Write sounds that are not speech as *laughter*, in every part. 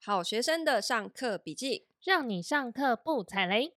好学生的上课笔记。让你上课不踩雷。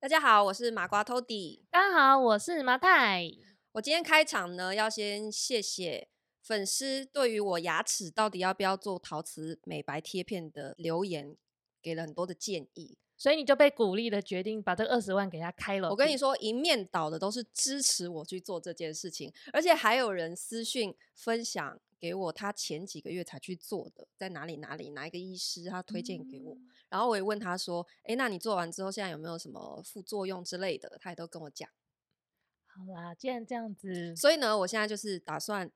大家好，我是麻瓜 Toddy。大家好，我是麻太。我今天开场呢，要先谢谢粉丝对于我牙齿到底要不要做陶瓷美白贴片的留言，给了很多的建议。所以你就被鼓励的决定把这二十万给他开了。我跟你，说，一面倒的都是支持我去做这件事情，而且还有人私讯分享给我他前几个月才去做的，在哪里哪里哪一个医师他推荐给我，然后我也问他说，诶，那你做完之后现在有没有什么副作用之类的？他也都跟我讲。好啦，既然这样子，哦所以呢，我现在就是打算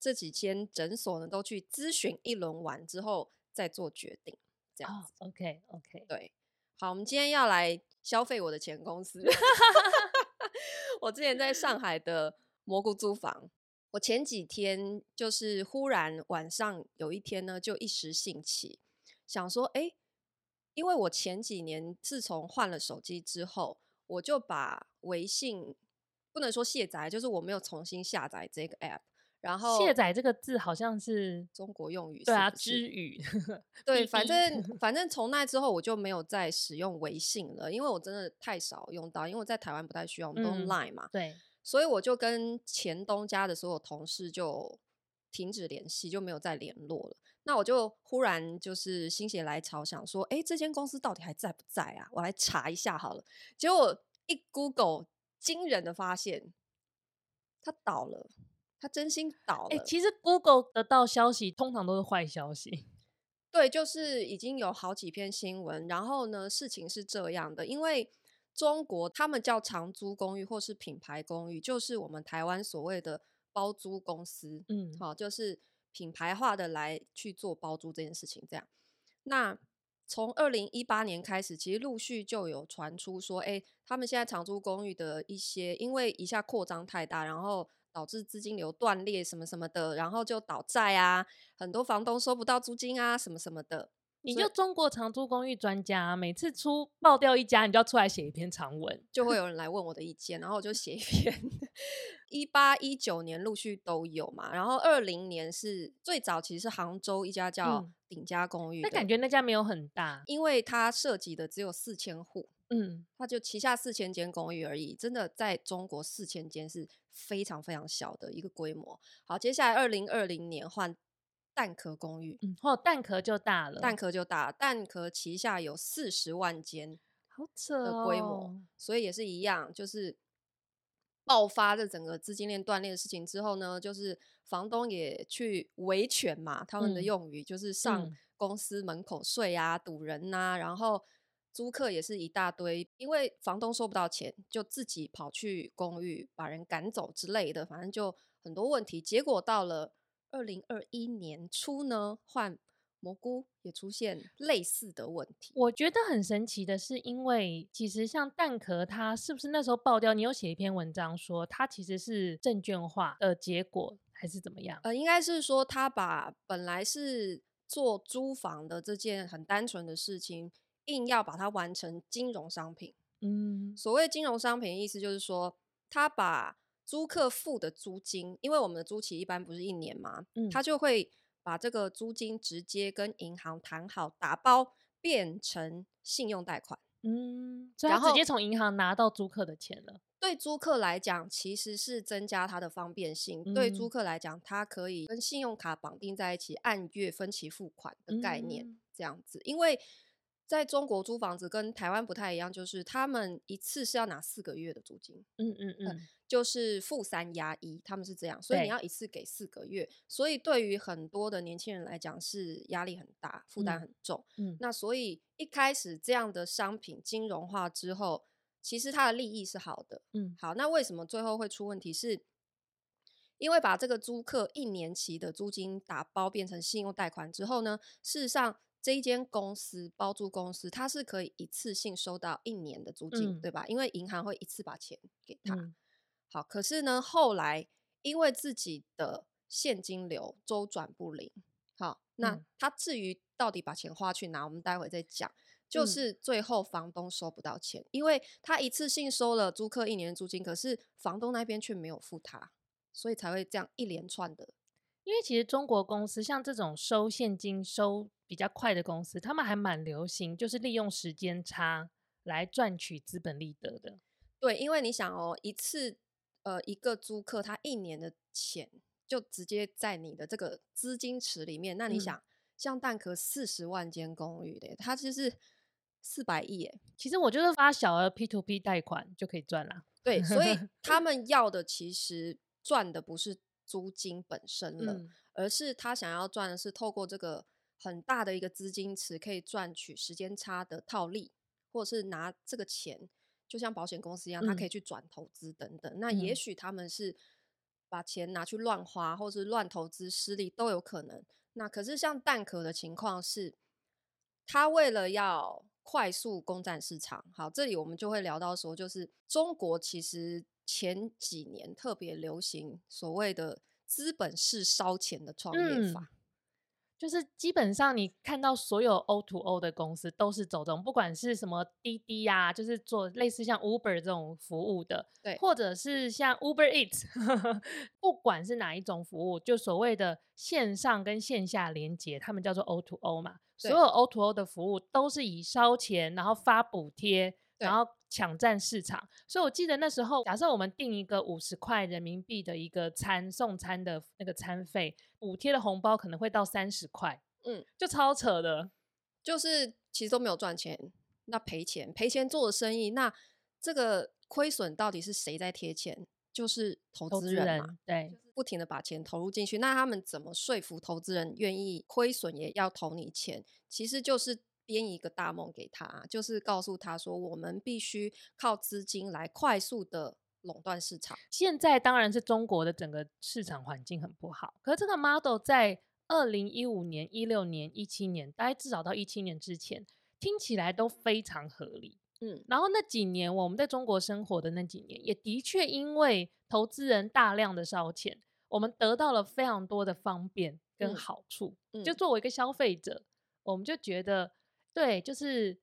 这几间诊所呢都去咨询一轮完之后再做决定，这样哦子。 ，OK OK，对，好，我们今天要来消费我的前公司。 *laughs* 我之前在上海的蘑菇租房，我前几天就是忽然晚上有一天呢，就一时兴起，想说，哎、因为我前几年自从换了手机之后，我就把微信不能说卸载，就是我没有重新下载这个 app，然后卸载这个字好像是中国用语对是啊，不是之语。 *laughs* 对，哔反哔正反正从那之后我就没有再使用微信了，因为我真的太少用到，因为我在台湾不太需要，我们都用嗯 Line 嘛，对，所以我就跟前东家的所有同事就停止联系，就没有再联络了。那我就忽然就是心血来潮，想说，哎，这间公司到底还在不在啊？我来查一下好了。结果一 Google，惊人的发现，它倒了，它真心倒了。哎、其实 Google 得到消息通常都是坏消 *laughs* 息。对，就是已经有好几篇新闻。然后呢，事情是这样的，因为中国他们叫长租公寓或是品牌公寓，就是我们台湾所谓的包租公司，嗯，好、就是品牌化的来去做包租这件事情。这样，那从二零一八年开始，其实陆续就有传出说，哎，他们现在长租公寓的一些，因为一下扩张太大，然后导致资金流断裂什么什么的，然后就倒债啊，很多房东收不到租金啊，什么什么的。你所以就中国长租公寓专家、每次出爆掉一家，你就要出来写一篇长文。就会有人来问我的意见，然后我就写一篇。一八一九年陆续都有嘛，然后二零年是最早，其实是杭州一家叫嗯顶家公寓的，但感觉那家没有很大。因为它涉及的只有四千户，嗯，它就旗下四千间公寓而已，真的在中国四千间是非常非常小的一个规模。好，接下来二零二零年换蛋壳公寓，嗯，哦，蛋壳就大了，蛋壳就大了，蛋壳旗下有四十万间，好扯的哦规模，所以也是一样，就是爆发这整个资金链断裂的事情之后呢，就是房东也去维权嘛，他们的嗯用语就是上嗯公司门口睡啊、堵人呐、然后租客也是一大堆，因为房东收不到钱，就自己跑去公寓把人赶走之类的，反正就很多问题。结果到了二零二一年初呢，换。蘑菇也出现类似的问题，我觉得很神奇的是，因为其实像蛋壳，它是不是那时候爆掉？你有写一篇文章说它其实是证券化的结果，还是怎么样？呃，应该是说他把本来是做租房的这件很单纯的事情，硬要把它完成金融商品。嗯，所谓金融商品，意思就是说，他把租客付的租金，因为我们的租期一般不是一年嘛，嗯他就会把这个租金直接跟银行谈好，打包变成信用贷款。嗯，所以然它直接后从银行拿到租客的钱了。对租客来讲，其实是增加它的方便性。对租嗯客来讲，它可以跟信用卡绑定在一起，按月分期付款的概念、嗯这样子。因为在中国租房子跟台湾不太一样，就是他们一次是要拿四个月的租金，嗯嗯嗯，就是付三押一，他们是这样，所以你对要一次给四个月。所以对于很多的年轻人来讲，是压力很大，负担嗯很重。嗯那所以一开始这样的商品金融化之后，其实它的利益是好的。嗯好，那为什么最后会出问题是？因为把这个租客一年期的租金打包变成信用贷款之后呢，事实上这一间公司包租公司它是可以一次性收到一年的租金，嗯对吧？因为银行会一次把钱给他。嗯好，可是呢，后来因为自己的现金流周转不灵，好，那嗯他至于到底把钱花去哪，我们待会再讲。就嗯是最后房东收不到钱，因为他一次性收了租客一年的租金，可是房东那边却没有付他，所以才会这样一连串的。因为其实中国公司像这种收现金收比较快的公司，他们还蛮流行，就是利用时间差来赚取资本利得的。对，因为你想哦，一次呃一个租客他一年的钱就直接在你的这个资金池里面，那你嗯想，像蛋壳四十万间公寓的，它就是四百亿耶，其实我就是发小额 P to P 贷款就可以赚啦。对，所以他们要的其实赚的不是租金本身了，嗯，而是他想要赚的是透过这个很大的一个资金池，可以赚取时间差的套利，或者是拿这个钱，就像保险公司一样，他可以去转投资等等。那也嗯许他们是把钱拿去乱花，或是乱投资失利都有可能。那可是像蛋壳的情况是，他为了要快速攻占市场，好，这里我们就会聊到说，就是中国其实前几年特别流行所谓的资本式烧钱的创业法，就是基本上你看到所有 O to O 的公司都是走这种，不管是什么滴滴呀、就是做类似像 Uber 这种服务的，对或者是像 Uber Eats，不管是哪一种服务，就所谓的线上跟线下连接，他们叫做 O to O 嘛。所对有 O to O 的服务都是以烧钱，然后发补贴，然对后抢占市场。所以我记得那时候，假设我们定一个五十块人民币的一个餐送餐的那个餐费，补贴的红包可能会到三十块，嗯，就超扯的。就是其实都没有赚钱，那赔钱，赔钱做的生意，那这个亏损到底是谁在贴钱？就是投投资资人嘛，人对，不停的把钱投入进去，那他们怎么说服投资人愿意亏损也要投你钱？其实就是编一个大梦给他，啊就是告诉他说，我们必须靠资金来快速的垄断市场。现在当然是中国的整个市场环境很不好，可是这个 model 在二零一五年、一六年、一七年，大概至少到一七年之前，听起来都非常合理。嗯，然后那几年我们在中国生活的那几年，也的确因为投资人大量的烧钱，我们得到了非常多的方便跟嗯好处。嗯就作为一个消费者，我们就觉得，对，就是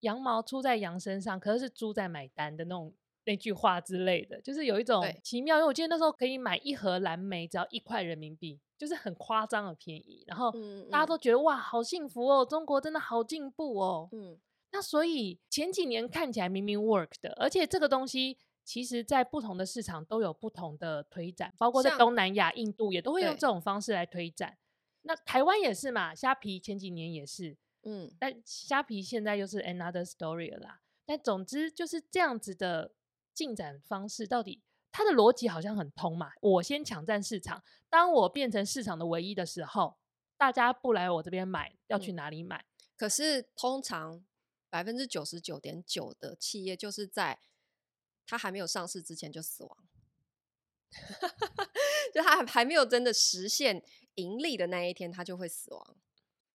羊毛出在羊身上，可是是猪在买单的那种那句话之类的，就是有一种对奇妙。因为我记得那时候可以买一盒蓝莓，只要一块人民币，就是很夸张的便宜。然后嗯大家嗯都觉得、哇，好幸福哦，中国真的好进步哦。嗯，那所以前几年看起来明明 work 的，而且这个东西其实在不同的市场都有不同的推展，包括在像东南亚、印度也都会用对这种方式来推展。那台湾也是嘛，虾皮前几年也是，嗯，但虾皮现在又是 another story 了啦。但总之就是这样子的进展方式，到底它的逻辑好像很通嘛。我先抢占市场，当我变成市场的唯一的时候，大家不来我这边买，要去嗯哪里买？可是通常百分之九十九点九的企业就是在它还没有上市之前就死亡， *laughs* 就它还还没有真的实现盈利的那一天，它就会死亡，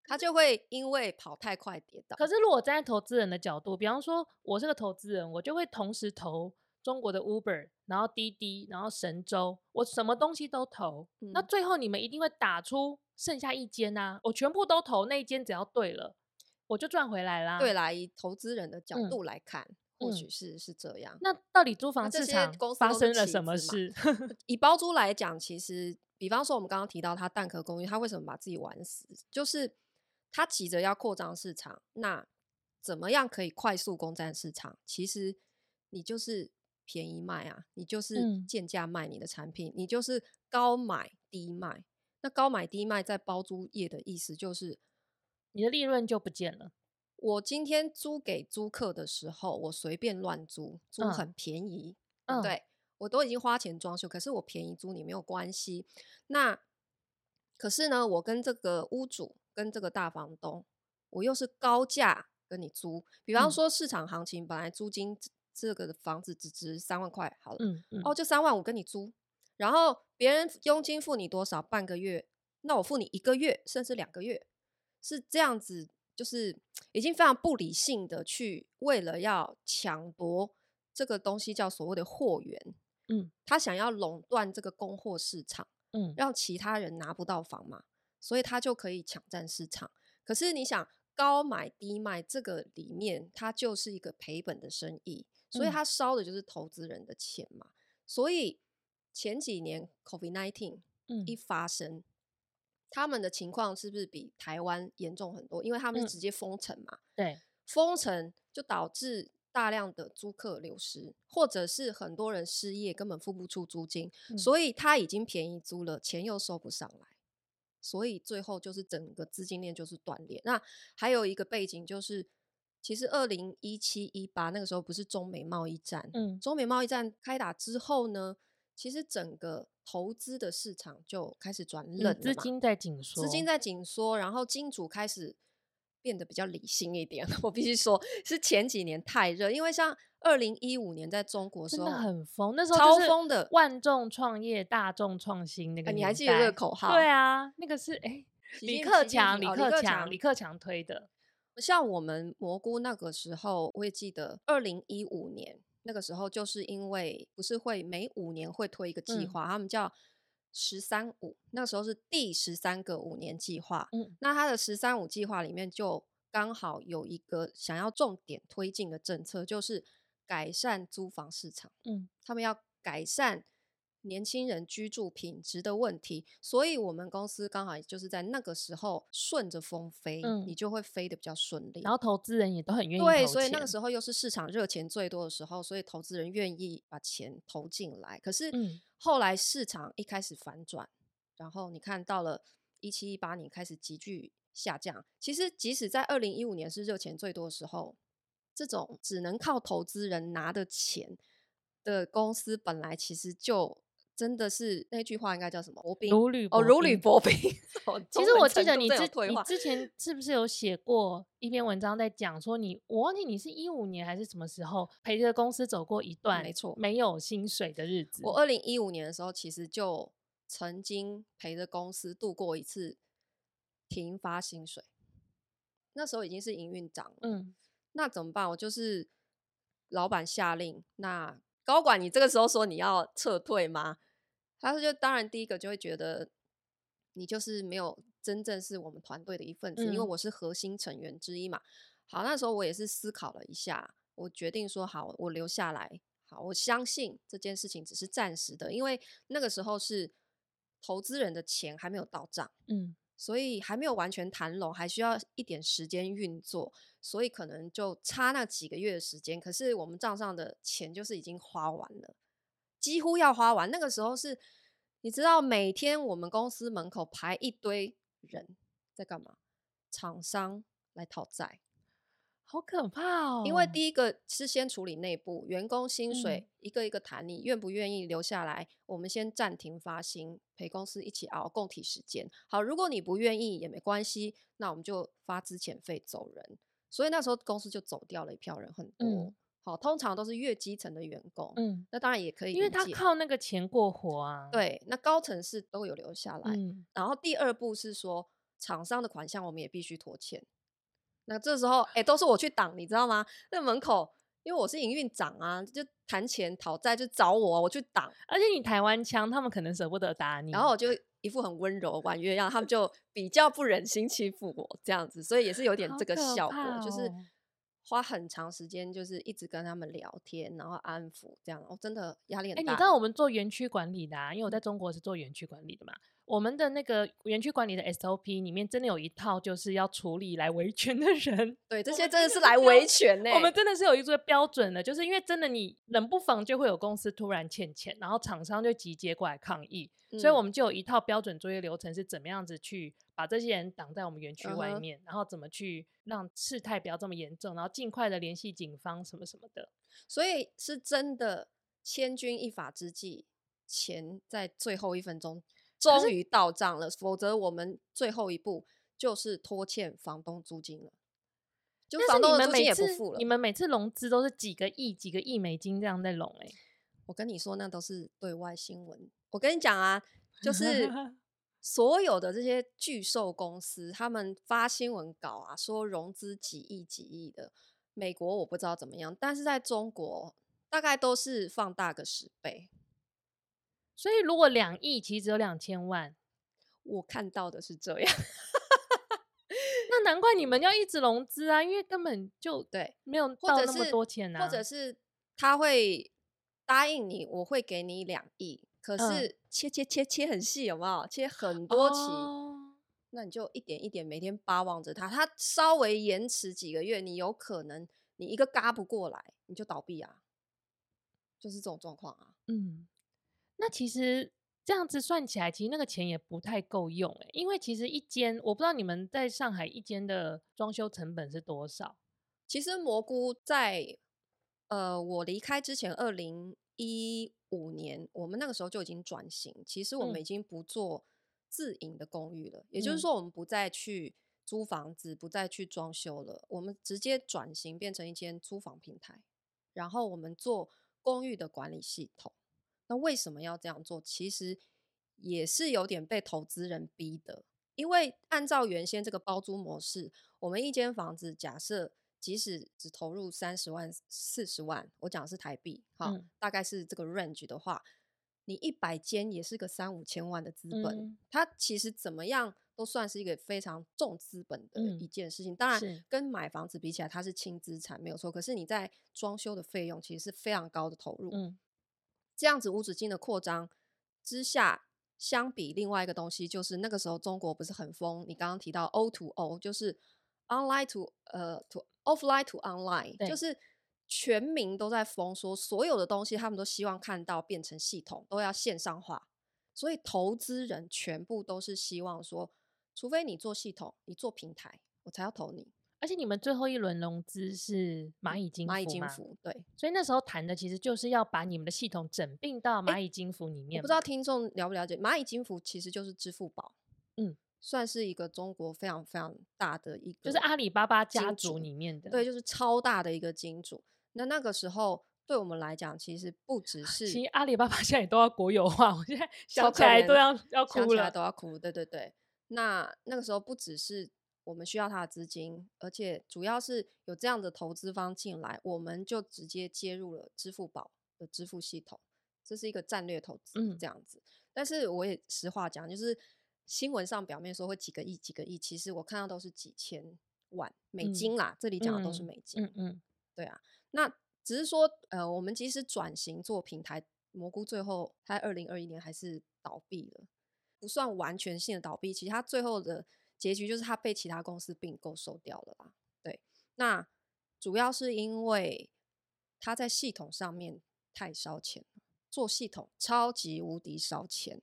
它就会因为跑太快跌倒。可是如果站在投资人的角度，比方说我是个投资人，我就会同时投中国的 Uber，然后滴滴，然后神州，我什么东西都投。那嗯最后你们一定会打出剩下一间呐、我全部都投那一间，只要对了，我就赚回来啦。对，啦，以投资人的角啊嗯度来看，或嗯许是是这样。那到底租房这市些场公司发都是生了棋什么子事？ *laughs* 以包租来讲，其实比方说我们刚刚提到他蛋壳公寓，他为什么把自己玩死？就是他急着要扩张市场，那怎么样可以快速攻占市场？其实你就是便宜卖啊，你就是嗯贱价卖你的产品，你就是高买低卖。那高买低卖在包租业的意思就是，你的利润就不见了。我今天租给租客的时候，我随便乱租，租嗯很便宜，嗯，，对我都已经花钱装修，可是我便宜租你没有关系。那可是呢，我跟这个屋主跟这个大房东，我又是高价跟你租。比方嗯说市场行情，本来租金这这个房子只值三万块，好了，嗯嗯，哦，就三万五跟你租，然后别人佣金付你多少，半个月，那我付你一个月，甚至两个月，是这样子，就是已经非常不理性的去为了要抢夺这个东西叫所谓的货源，嗯，他想要垄断这个供货市场，嗯让其他人拿不到房嘛，所以他就可以抢占市场。可是你想，高买低卖这个里面，它就是一个赔本的生意，所以嗯它烧的就是投资人的钱嘛。所以前几年 COVID nineteen 嗯一发生，他们的情况是不是比台湾严重很多？因为他们嗯是直接封城嘛，对，封城就导致大量的租客流失，或者是很多人失业，根本付不出租金，嗯所以他已经便宜租了，钱又收不上来，所以最后就是整个资金链就是断裂。那还有一个背景就是，其实二零一七一八那个时候不是中美贸易战，嗯中美贸易战开打之后呢，其实整个投资的市场就开始转冷了嗯，资嘛金在紧缩，资金在紧缩，然后金主开始变得比较理性一点。 *laughs* 我必须说，是前几年太热，因为像二零一五年在中国的时真候的很疯，那时候超就是疯的万众创业，大众创新那个啊年代、你还记得这个口号对啊，那个是哎、习李近克习近强，平李哦克克强，强李克强推的，像我们蘑菇那个时候，我也记得二零一五年那个时候，就是因为不是会每五年会推一个计嗯划，他们叫“十三五”，那时候是第十三个五年计划。嗯，那它的“十三五”计划里面就刚好有一个想要重点推进的政策，就是改善租房市场。嗯，他们要改善。年轻人居住品质的问题，所以我们公司刚好就是在那个时候顺着风飞，嗯你就会飞得比较顺利。然后投资人也都很愿意对，投所以那个钱时候又是市场热钱最多的时候，所以投资人愿意把钱投进来。可是嗯后来市场一开始反转，然后你看到了一七一八年开始急剧下降。其实即使在二零一五年是热钱最多的时候，这种只能靠投资人拿的钱的公司，本来其实就。真的是那句话应该叫什么？薄冰如履哦，薄如履冰薄冰。 *laughs* 我其中实文我程记得度你真之有退你化之前是不是有写过一篇文章在讲说你，我忘记你是一五年还是什么时候陪着公司走过一段没错没有薪水的日子。我二零一五年的时候，其实就曾经陪着公司度过一次停发薪水，那时候已经是营运长了。嗯，那怎么办？我就是老板下令，那高管你这个时候说你要撤退吗？他就当然第一个就会觉得你就是没有真正是我们团队的一份子，因为嗯我是核心成员之一嘛。好，那时候我也是思考了一下，我决定说好，我留下来。好，我相信这件事情只是暂时的，因为那个时候是投资人的钱还没有到账。嗯所以还没有完全谈拢，还需要一点时间运作，所以可能就差那几个月的时间。可是我们账上的钱就是已经花完了，几乎要花完。那个时候是，你知道每天我们公司门口排一堆人在干嘛？厂商来讨债，好可怕哦！因为第一个是先处理内部员工薪嗯水，一个一个谈，你愿不愿意留下来？我们先暂停发薪，陪公司一起熬共体时间。好，如果你不愿意也没关系，那我们就发资遣费走人。所以那时候公司就走掉了一票人，很多。嗯好，通常都是越基层的员工，嗯，那当然也可以理解，因为他靠那个钱过活啊。，对，那高层是都有留下来。嗯，然后第二步是说，厂商的款项我们也必须拖欠。那这时候，哎、都是我去挡，你知道吗？那门口，因为我是营运长啊，就谈钱讨债就找我，我去挡，而且你台湾腔，他们可能舍不得打你。然后我就一副很温柔婉约样，他们就比较不忍心欺负我这样子，所以也是有点好这个可效果，怕就是哦花很长时间，就是一直跟他们聊天，然后安抚这样，我、哦真的压力哎、很你大。嗯知道我们做园区管理的、啊，因为我在中国是做园区管理的嘛。我们的那个园区管理的 SOP 里面，真的有一套就是要处理来维权的人。对，这我些真的们真的是是来这样维权呢、我们真的是有一个标准的，就是因为真的你冷不防就会有公司突然欠钱，然后厂商就集结过来抗议，所以嗯我们就有一套标准作业流程是怎么样子去把这些人挡在我们园区外嗯哼面，然后怎么去让事态不要这么严重，然后尽快的联系警方什么什么的。所以是真的千钧一发之际，钱在最后一分钟终于到账了，否则我们最后一步就是拖欠房东租金了，就但房是东的你们租金每也不次付了你。们每次融资都是几个亿、几个亿美金这样在融、欸，我跟你说，那都是对外新闻。我跟你讲啊，就是 *laughs* 所有的这些巨兽公司，他们发新闻稿啊，说融资几亿几亿的。美国我不知道怎么样，但是在中国大概都是放大个十倍。所以如果两亿，其实只有两千万，我看到的是这样，那那难怪你们要一直融资啊，因为根本就 *laughs* 对，没有或到者那么是多钱啊，或者是他会答应你，我会给你两亿，可嗯是切切切切很细，有没有？切很多期，哦那你就一点一点每天巴望着他，他稍微延迟几个月，你有可能你一个嘎不过来，你就倒闭啊，就是这种状况啊。嗯，那其实这样子算起来，其实那个钱也不太够用哎、因为其实一间我不知道你们在上海一间的装修成本是多少，其实蘑菇在呃我离开之前，二零一五年，我们那个时候就已经转型。其实我们嗯已经不做自营的公寓了，也就嗯是说，我们不再去租房子，不再去装修了，我们直接转型变成一间租房平台，然后我们做公寓的管理系统。那为什么要这样做？其实也是有点被投资人逼的，因为按照原先这个包租模式，我们一间房子假设即使只投入三十万、四十万，我讲的是台币，哈，嗯大概是这个 range 的话，你一百间也是个三五千万的资本，嗯它其实怎么样都算是一个非常重资本的嗯一件事情。当是然，跟买房子比起来，它是轻资产没有错，可是你在装修的费用其实是非常高的投入。嗯这样子无止境的扩张之下，相比另外一个东西，就是那个时候中国不是很疯，你刚刚提到 O to O，就是 online to 呃 to offline to online，对就是全民都在疯说所有的东西他们都希望看到变成系统，都要线上化，所以投资人全部都是希望说，除非你做系统，你做平台，我才要投你而且你们最后一轮融资是蚂蚁金蚂蚁金嘛，服，对。所以那时候谈的其实就是要把你们的系统整并到蚂蚁金服里我面嘛。不知道听众了不了解，蚂蚁金服其实就是支付宝，嗯，算是一个中国非常非常大的一个，就是阿里巴巴金家主族里面的，对，就是超大的一个金主。那那个时候对我们来讲，其实不只是啊其实阿里巴 *laughs* 巴现在也都要国有化，我现在 *laughs* 超想起可来怜都要要想哭起来了。都要哭，对对对。那那个时候不只是我们需要他的资金，而且主要是有这样的投资方进来，我们就直接接入了支付宝的支付系统，这是一个战略投资，嗯这样子。但是我也实话讲，就是新闻上表面说会几个亿、几个亿，其实我看到都是几千万美嗯金啦，这里讲的都是嗯美金。嗯嗯，对啊，那只是说，呃，我们即使转型做平台，蘑菇最后它二零二一年还是倒闭了，不算完全性的倒闭。其实它最后的结局就是它被其他公司并购收掉了啦。对，那主要是因为它在系统上面太烧钱了，做系统超级无敌烧钱，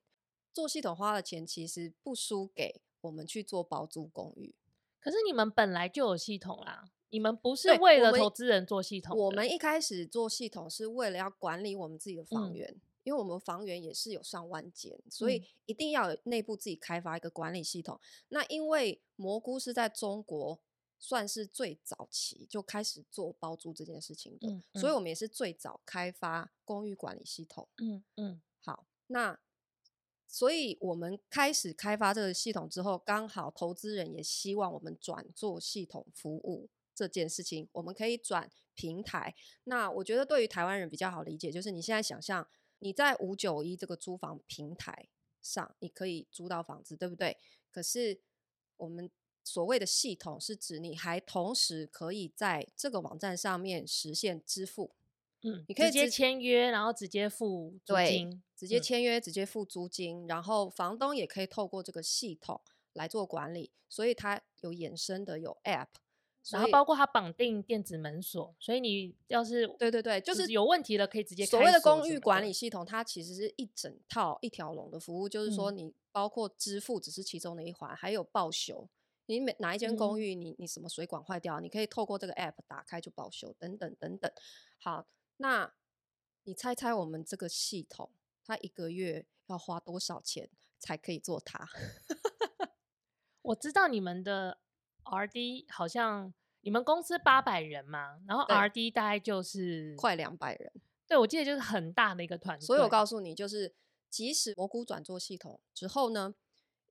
做系统花的钱其实不输给我们去做包租公寓。可是你们本来就有系统啦，你们不是对为我了们投资人做系统的，我们一开始做系统是为了要管理我们自己的嗯房源，因为我们房源也是有上万间，所以嗯一定要有内部自己开发一个管理系统。那因为蘑菇是在中国算是最早期就开始做包租这件事情的，嗯所以嗯我们也是最早开发公寓管理系统。嗯嗯好，那所以我们开始开发这个系统之后，刚好投资人也希望我们转做系统服务这件事情，我们可以转平台。那我觉得对于台湾人比较好理解，就是你现在想象你在五九一这个租房平台上，你可以租到房子，对不对？可是我们所谓的系统是指你还同时可以在这个网站上面实现支付，嗯，你可直以接直签约，然后直接付租对金，直接嗯签约、直接付租金，然后房东也可以透过这个系统来做管理，所以它有衍生的有 App，所然后以包括它绑定电子门锁，所以你要是对对对，就就是是有问题了可以直接所开谓的锁公什寓么管的理系统，它其实是一整套一条龙的服务，就是说嗯你包括支付只是其中的一环，还有报修。你每哪一间公嗯寓你，你什么水管坏掉，你可以透过这个 app 打开就报修，等等等等。好，那你猜猜我们这个系统，它一个月要花多少钱才可以做它？我知道你们的 R D 好像你们公司八百人嘛，然后对 R D 大概就是快两百人。对我记得就是很大的一个团队，所以我告诉你，就是即使蘑菇转做系统之后呢，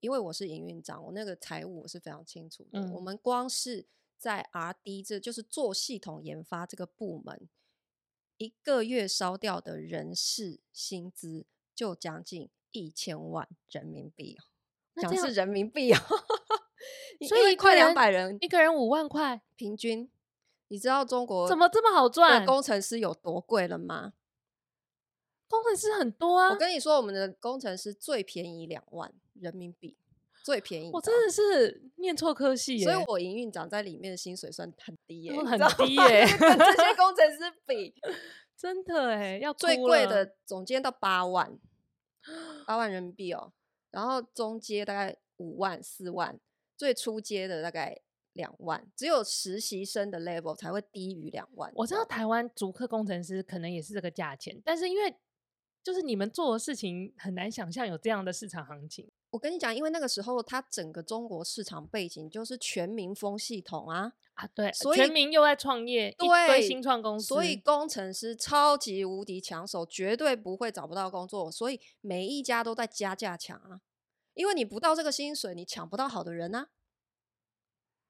因为我是营运长，我那个财务我是非常清楚的。我嗯们光是在 R D 这就是做系统研发这个部门，一个月烧掉的人事薪资就将近一千万人民币哦，那讲这的样是人民币哦。你所因以为一个快两人百人一个人五万块，平均，你知道中国怎么这么好的赚？工程师有多贵了吗？工程师很多啊我，跟你说，我们的工程师最便宜两万人民币，最便宜。我哦真的是念错科系耶，所以我营运长在里面的薪水算很低耶、哦你很知道低吗耶 *laughs* 跟这些工程师 *laughs* 比，真的哎，要最哭贵了的总监到八万，八万人民币哦，然后中阶大概五万、四万，最初阶的大概两万，只有实习生的 level 才会低于两万。我知道吗台湾足科工程师可能也是这个价钱，但是因为就是你们做的事情很难想象有这样的市场行情。我跟你讲，因为那个时候它整个中国市场背景就是全民风系统啊，啊，对，所以全民又在创业，一堆对新创公司，所以工程师超级无敌抢手，绝对不会找不到工作，所以每一家都在加价抢啊，因为你不到这个薪水，你抢不到好的人啊。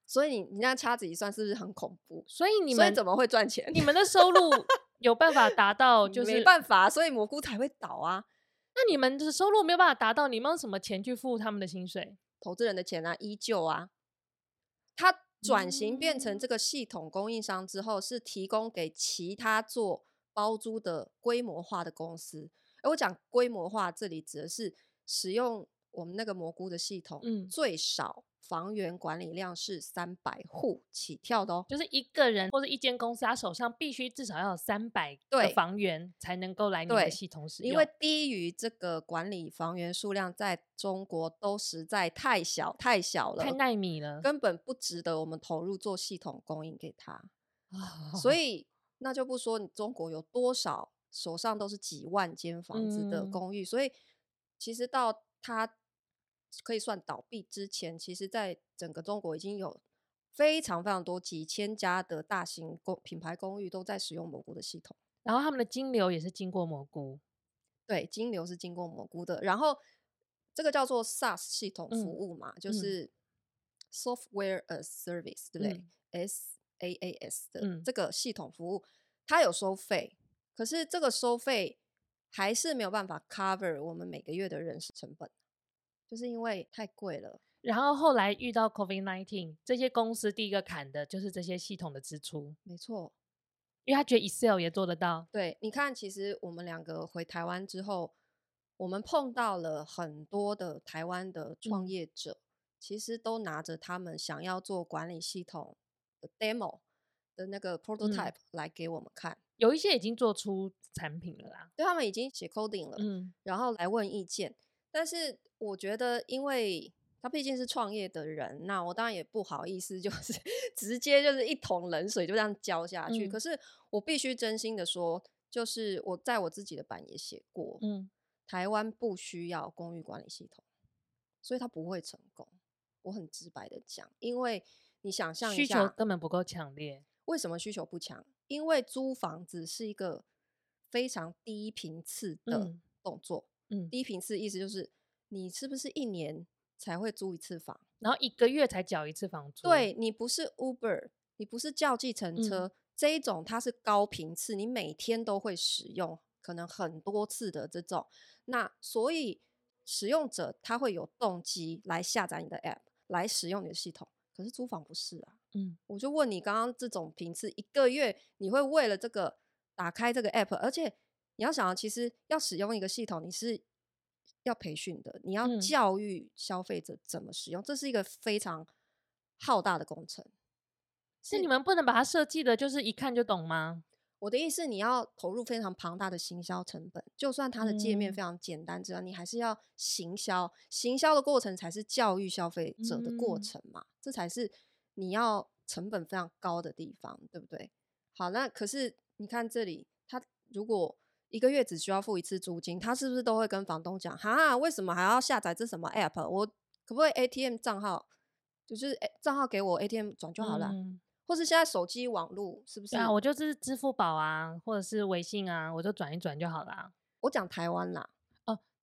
所以你你那叉子一算，是不是很恐怖？所以你所以们怎么会赚钱？你们的 *laughs* 收入有办法达到，哦就是没办法，所以蘑菇才会倒啊，那你们的收入没有办法达到，你们用什么钱去付他们的薪水？投资人的钱啊，依旧啊。它转型变成嗯这个系统供应商之后，是提供给其他做包租的规模化的公司。而我讲规模化，这里指的是使用我们那个蘑菇的系统，嗯最少房源管理量是三百户起跳的哦。就是一个人或者一间公司，他手上必须至少要有三百个对房源才能够来你们的对系统使用。因为低于这个管理房源数量，在中国都实在太小太小了，太耐米了，根本不值得我们投入做系统供应给他。啊所以那就不说你中国有多少手上都是几万间房子的嗯公寓，所以其实到它可以算倒闭之前，其实在整个中国已经有非常非常多几千家的大型公品牌公寓都在使用蘑菇的系统。然后他们的金流也是经过蘑菇，对，金流是经过蘑菇的，然后这个叫做 SaaS 系统服嗯务嘛，就嗯是 Software as Service，对不对、s a a s 的、嗯这个系统服务，它有收费，可是这个收费还是没有办法 cover 我们每个月的人事成本，就是因为太贵了。然后后来遇到 COVID nineteen，这些公司第一个砍的就是这些系统的支出，没错，因为他觉得 Excel 也做得到，对，你看，其实我们两个回台湾之后，我们碰到了很多的台湾的创嗯业者，其实都拿着他们想要做管理系统的 demo 的那个 prototype 来给我们看，有一些已经做出产品了啦。对他们已经写 coding 了，嗯，然后来问意见。但是我觉得，因为他毕竟是创业的人，那我当然也不好意思，就是 *laughs* 直接就是一桶冷水就这样浇下去。嗯可是我必须真心的说，就是我在我自己的版也写过，嗯，台湾不需要公寓管理系统，所以它不会成功。我很直白的讲，因为你想象一需求下，根本不够强烈。为什么需求不强？因为租房子是一个非常低频次的嗯动作。嗯，低频次意思就是你是不是一年才会租一次房？然后一个月才缴一次房租。对，你不是 Uber，你不是叫计程车、这一种，它是高频次，你每天都会使用，可能很多次的这种。那所以使用者他会有动机来下载你的 App，来使用你的系统。可是租房不是啊，嗯，我就问你，刚刚这种频次一个月，你会为了这个打开这个 app，而且你要想啊，其实要使用一个系统，你是要培训的，你要嗯教育消费者怎么使用，这是一个非常浩大的工程。是你们不能把它设计的，就是一看就懂吗？我的意思，你要投入非常庞大的行销成本，就算它的界嗯面非常简单，这样、你还是要行销，行销的过程才是教育消费者的过嗯程嘛，这才是你要成本非常高的地方，对不对？好，那可是你看这里，他如果一个月只需要付一次租金，他是不是都会跟房东讲，哈，为什么还要下载这什么 app？我可不可以 ATM 账号，就是诶账号给我 ATM 转就好了啊，嗯或是现在手机网络是不是？对啊，我就是支付宝啊，或者是微信啊，我就转一转就好啦。我讲台湾啦，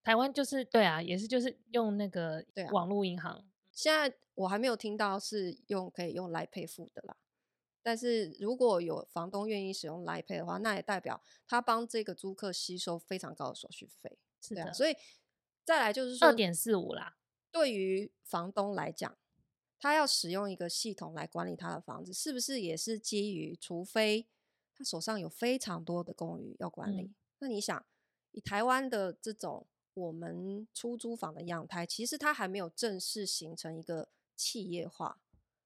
台湾就是对啊，也是就是用那个对啊网络银行，现在我还没有听到是用可以用来配付的啦。但是如果有房东愿意使用来配的话，那也代表他帮这个租客吸收非常高的手续费。是对啊，的，所以再来就是说二，点四五啦。对于房东来讲，他要使用一个系统来管理他的房子，是不是也是基于，除非他手上有非常多的公寓要管理？嗯那你想，以台湾的这种我们出租房的样态，其实它还没有正式形成一个企业化，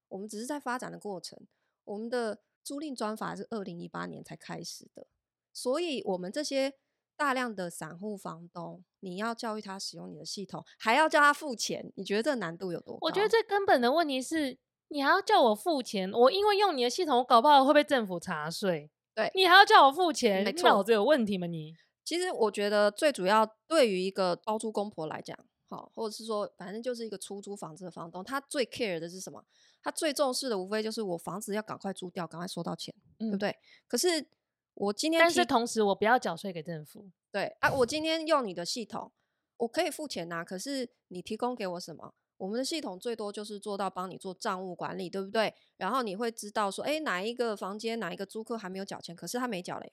我们只是在发展的过程。我们的租赁专法是二零一八年才开始的，所以我们这些大量的散户房东，你要教育他使用你的系统，还要叫他付钱，你觉得这难度有多高？我觉得最根本的问题是，你还要叫我付钱，我因为用你的系统，我搞不好会被政府查税。对你还要叫我付钱，没你错脑子有问题吗你？其实我觉得最主要对于一个包租公婆来讲，好，或者是说反正就是一个出租房子的房东，他最 care 的是什么？他最重视的无非就是我房子要赶快租掉，赶快收到钱，对不嗯对？可是我今天但提是同时，我不要缴税给政府。对啊，我今天用你的系统，我可以付钱呐、啊可是你提供给我什么？我们的系统最多就是做到帮你做账务管理，对不对？然后你会知道说，哎，哪一个房间哪一个租客还没有缴钱，可是他没缴嘞，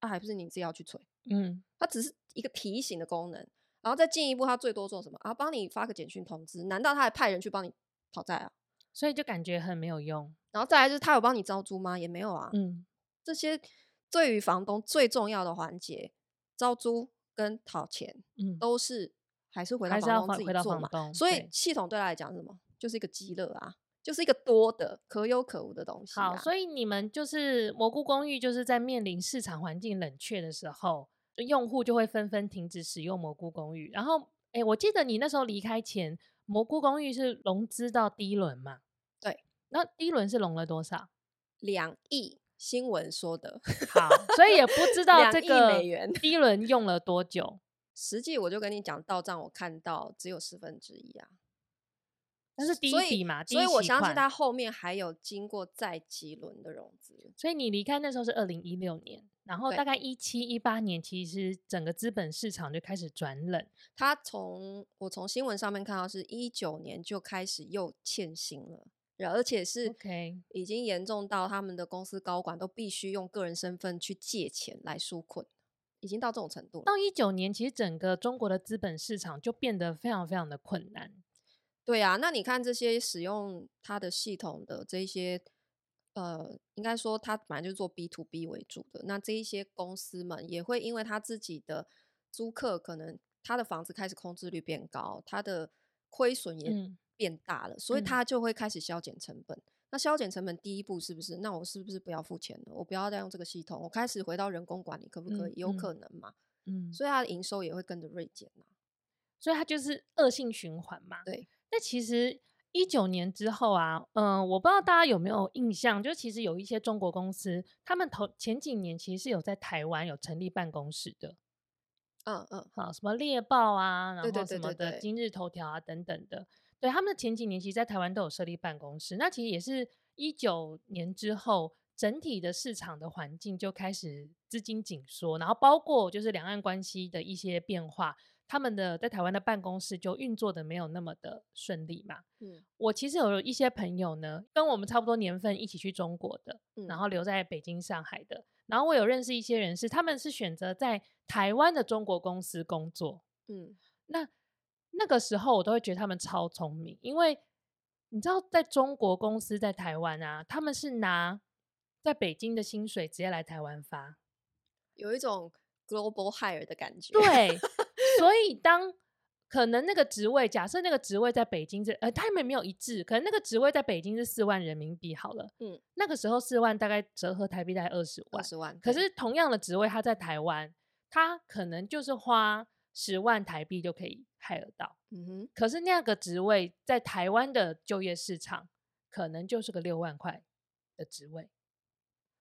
啊，还不是你自己要去催？嗯，它只是一个提醒的功能，然后再进一步，它最多做什么啊？帮你发个简讯通知？难道他还派人去帮你讨债啊？所以就感觉很没有用。然后再来就是他有帮你招租吗？也没有啊。嗯，这些对于房东最重要的环节，招租跟讨钱嗯，都是还是回到还是要房东还自回己到做房嘛。东。所以对系统对他来讲是什么？就是一个鸡肋啊，就是一个多的可有可无的东西、啊。好，所以你们就是蘑菇公寓，就是在面临市场环境冷却的时候，用户就会纷纷停止使用蘑菇公寓。然后，哎，我记得你那时候离开前，蘑菇公寓是融资到第一轮嘛？对，那第一轮是融了多 *laughs* 少？两亿新闻说的， *laughs* 好，所以也不知道两这亿个美元第一轮用了多久，实际我就跟你讲，到账我看到只有十分之一啊。但是第一所以笔嘛，啊第所以一我期相信款它后面还有经过再几轮的融资。所以你离开那时候是二零一六年，然后对大概一七一八年，其实整个资本市场就开始转冷。它从我从新闻上面看到，是一九年就开始又欠薪了，然而且是 OK 已经严重到他们的公司高管都必须用个人身份去借钱来纾困，已经到这种程度了。到一九年，其实整个中国的资本市场就变得非常非常的困难。对啊，那你看这些使用它的系统的这一些，呃，应该说它本来就是做 B to B 为主的，那这一些公司们也会因为他自己的租客可能他的房子开始空置率变高，他的亏损也嗯变大了，所以嗯他就会开始削减成本。那削减成本第一步是不是？那我是不是不要付钱了？我不要再用这个系统，我开始回到人工管理，可不可嗯以？有嗯可能嘛？嗯，所以它的营收也会跟着锐减啊。所以它就是恶性循环嘛。对，那其实一九年之后啊，嗯、我不知道大家有没有印象，就其实有一些中国公司，他们头前几年其实是有在台湾有成立办公室的，嗯嗯，啊，什么猎豹啊，然对对后对什么对的对今日头条啊等等的。对，他们前几年其实在台湾都有设立办公室，那其实也是一九年之后，整体的市场的环境就开始资金紧缩，然后包括就是两岸关系的一些变化，他们的在台湾的办公室就运作的没有那么的顺利嘛。嗯我其实有一些朋友呢，跟我们差不多年份一起去中国的，嗯，然后留在北京、上海的。然后我有认识一些人是，他们是选择在台湾的中国公司工作。嗯，那那个时候我都会觉得他们超聪明，因为你知道，在中国公司在台湾啊，他们是拿在北京的薪水直接来台湾发。有一种 global hire 的感觉。 *laughs* 对，所以当可能那个职位，假设那个职位在北京是，呃，他们没有一致，可能那个职位在北京是四万人民币好了，嗯嗯，那个时候四万大概折合台币大概二十二万，十万。可对是同样的职位，他在台湾，他可能就是花十万台币就可以 hire 到。嗯哼，可是那个职位在台湾的就业市场，可能就是个六万块的职位，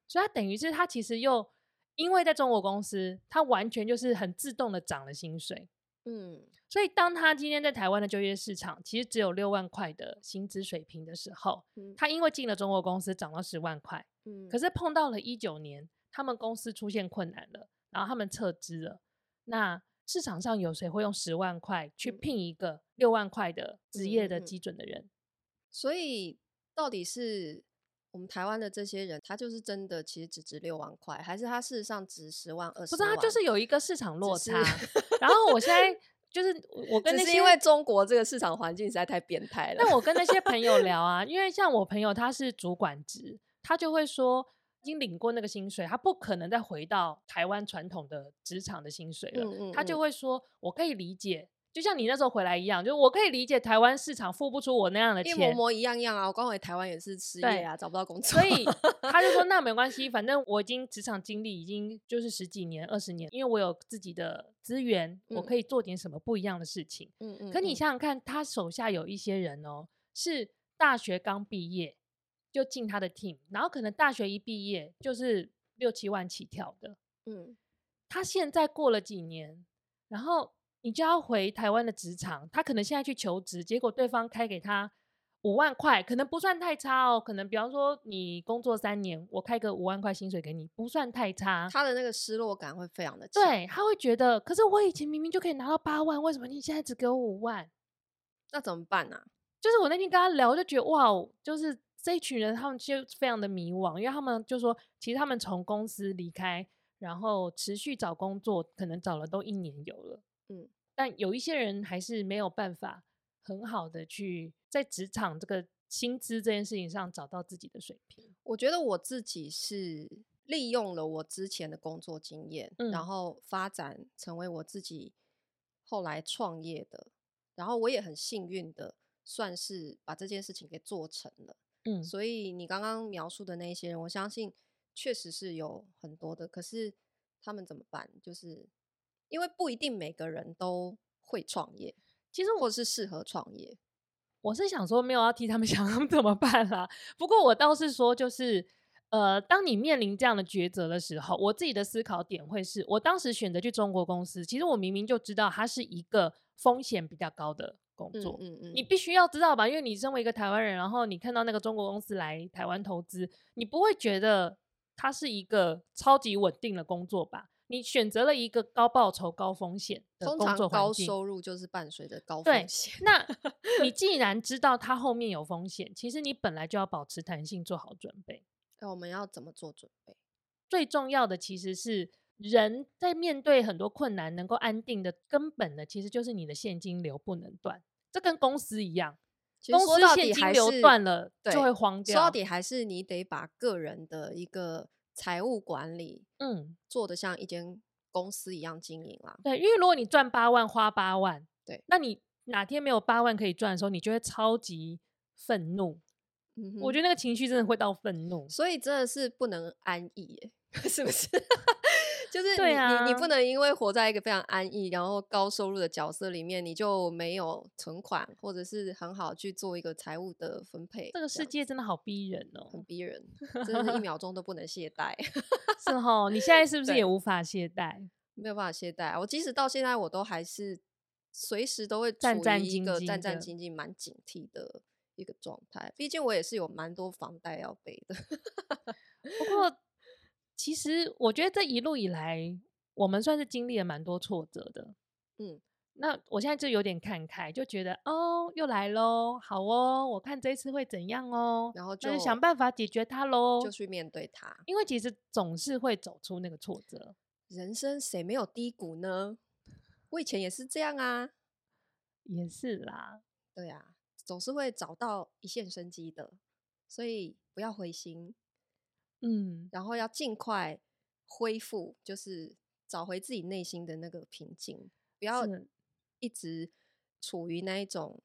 所以他等于是他其实又因为在中国公司，他完全就是很自动的涨了薪水。嗯，所以当他今天在台湾的就业市场其实只有六万块的薪资水平的时候，嗯他因为进了中国公司涨到十万块，嗯可是碰到了一九年，他们公司出现困难了，然后他们撤资了。那市场上有谁会用十万块去嗯聘一个六万块的职业嗯的嗯基准的人？所以到底是我们台湾的这些人，他就是真的其实只值六万块，还是他事实上值十万、二不十是，万？它就是有一个市场落只差是。然后我现在就是我我跟 *laughs* 只那是些因为中国这个市场环境实在太变态了但。我跟那些朋友聊啊，因为像我朋友他是主管职，他就会说，已经领过那个薪水，他不可能再回到台湾传统的职场的薪水了。嗯嗯他就嗯会说，我可以理解，就像你那时候回来一样，就是我可以理解台湾市场付不出我那样的一模钱。模一样样啊！我刚回台湾也是失业对啊，找不到工作，所以他就说那没关系，反正我已经职场经历已经就是十几年、二十年，因为我有自己的资源，我嗯可以做点什么不一样的事情。 *laughs* 嗯嗯可你嗯想想看，他手下有一些人哦，是大学刚毕业就进他的 team，然后可能大学一毕业就是六七万起跳的。嗯，他现在过了几年，然后你就要回台湾的职场，他可能现在去求职，结果对方开给他五万块，可能不算太差哦。可能比方说你工作三年，我开个五万块薪水给你，不算太差。嗯他的那个失落感会非常的强。，对，他会觉得，可是我以前明明就可以拿到八万，为什么你现在只给我五万？那怎么办啊？就是我那天跟他聊，我就觉得哇哦，就是这一群人他们就非常的迷惘，因为他们就说，其实他们从公司离开，然后持续找工作，可能找了都一年有了，嗯，但有一些人还是没有办法很好的去在职场这个薪资这件事情上找到自己的水平，我觉得我自己是利用了我之前的工作经验，嗯然后发展成为我自己后来创业的，然后我也很幸运的，算是把这件事情给做成了。嗯所以你刚刚描述的那一些人，我相信确实是有很多的，可是他们怎么办？就是因为不一定每个人都会创业，其实我是适合创业，我是想说，没有要替他们 *laughs* 想他们怎么办啦。不过我倒是说，就是呃，当你面临这样的抉择的时候，我自己的思考点会是，我当时选择去中国公司，其实我明明就知道它是一个风险比较高的工嗯作。嗯嗯，你必须要知道吧，因为你身为一个台湾人，然后你看到那个中国公司来台湾投资，你不会觉得它是一个超级稳定的工作吧？你选择了一个高报酬、高风险的通工常作环高境，收入就是伴随着高对风险。 *laughs* 那你既然知道它后面有风险，其实你本来就要保持弹性，做好准备。那我们要怎么做准备？最重要的其实是人在面对很多困难能够安定的根本的，其实就是你的现金流不能断。这跟公司一样，其实公说司到现底金还流是断了对就会荒说掉。到底还是你得把个人的一个财务管理嗯，做得像一间公司一样经营啦。对，因为如果你赚八万花八万，对，那你哪天没有八万可以赚的时候，你就会超级愤怒。嗯哼我觉得那个情绪真的会到愤怒。所以真的是不能安逸耶， *laughs* 是不是？就是对你、你你啊不能因为活在一个非常安逸，然后高收入的角色里面，你就没有存款，或者是很好去做一个财务的分配。这个世样界真的好逼人哦、很逼人，真的是一秒钟都不能懈怠， *laughs* 是哦，你现在是不是对也无法懈怠？没有办法懈怠啊。我即使到现在，我都还是随时都会战处于战一兢个兢战战的兢兢、蛮警惕的一个状态。毕竟我也是有蛮多房贷要背的。 *laughs* 不过，其实我觉得这一路以来，我们算是经历了蛮多挫折的。嗯，那我现在就有点看开，就觉得哦，又来喽，好哦，我看这一次会怎样哦，然后那就想办法解决它喽。就去面对它。因为其实总是会走出那个挫折。人生谁没有低谷呢？我以前也是这样啊，也是啦，对啊，总是会找到一线生机的，所以不要灰心，嗯，然后要尽快恢复，就是找回自己内心的那个平静，不要是一直处于那一种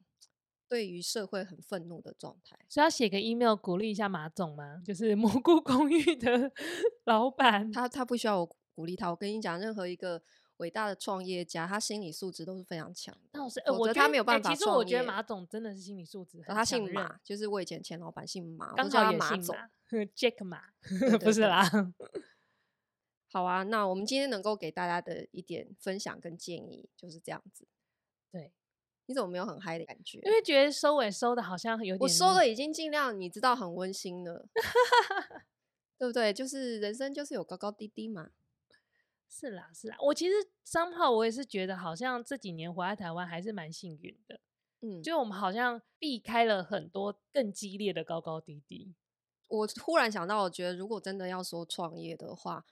对于社会很愤怒的状态。所以要写个 email 鼓励一下马总吗？就是蘑菇公寓的老板，他他不需要我鼓励他，我跟你讲，任何一个伟大的创业家，他心理素质都是非常强的，那我是，呃否我则觉他得没有办哎法其实我创觉得业哦马总真的是心理素质很他强姓韧马，就是我以前前老板姓马，我刚都叫好他也马姓总。马 *laughs* ，Jack 马， *laughs* 对对不是对啦。好啊，那我们今天能够给大家的一点分享跟建议就是这样子。对，你怎么没有很嗨的感觉？因为觉得收尾收的好像有点，我说的已经尽量，你知道很温馨 *laughs* 了，对不对？就是人生就是有高高低低嘛。是啦是啦。我其实三号我也是觉得，好像这几年回来台湾还是蛮幸运的，嗯，就就我们好像避开了很多更激烈的高高低低。我忽然想到，我觉得如果真的要说创业的话，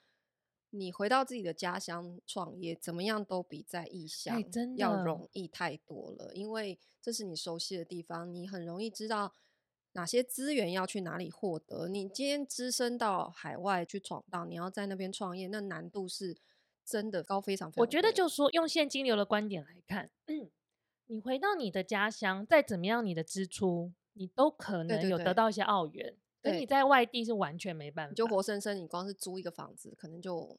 你回到自己的家乡创业，怎么样都比在异乡哎真要的容易太多了，因为这是你熟悉的地方，你很容易知道哪些资源要去哪里获得。你今天只身到海外去闯荡，你要在那边创业，那难度是真的高非常非常多。我觉得就说用现金流的观点来看，嗯，你回到你的家乡，再怎么样你的支出，你都可对能对有对得到一些澳元，可对你在外地是完全没办法。你就活生生，你光是租一个房子，可能就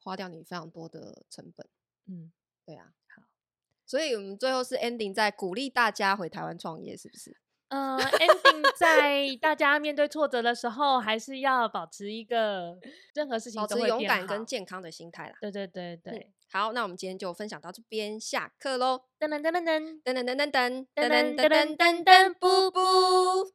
花掉你非常多的成本。嗯，对啊，好，所以我们最后是 ending 在鼓励大家回台湾创业，是不是？呃，ending 在大家面对挫折的时候，还是要保持一个任何事情保都持会勇变敢好跟健康的心态啦。对对对对，好，那我们今天就分享到这边，下课喽！噔噔噔噔噔。噔噔噔噔噔噔嗯噔噔噔噔噔噔噔噔噔噔，布布。